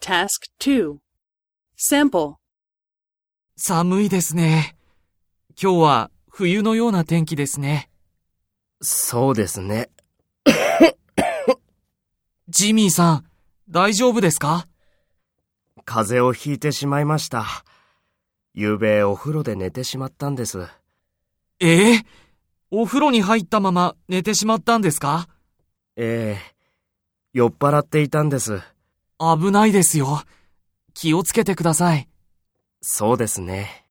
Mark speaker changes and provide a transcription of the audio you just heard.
Speaker 1: Task 2 Sample
Speaker 2: 寒いですね。今日は冬のような天気ですね。
Speaker 3: そうですね。
Speaker 2: ジミーさん、大丈夫ですか
Speaker 3: 風邪をひいてしまいました。夕べお風呂で寝てしまったんです。
Speaker 2: ええお風呂に入ったまま寝てしまったんですか
Speaker 3: ええ酔っ払っていたんです。
Speaker 2: 危ないですよ。気をつけてください。
Speaker 3: そうですね。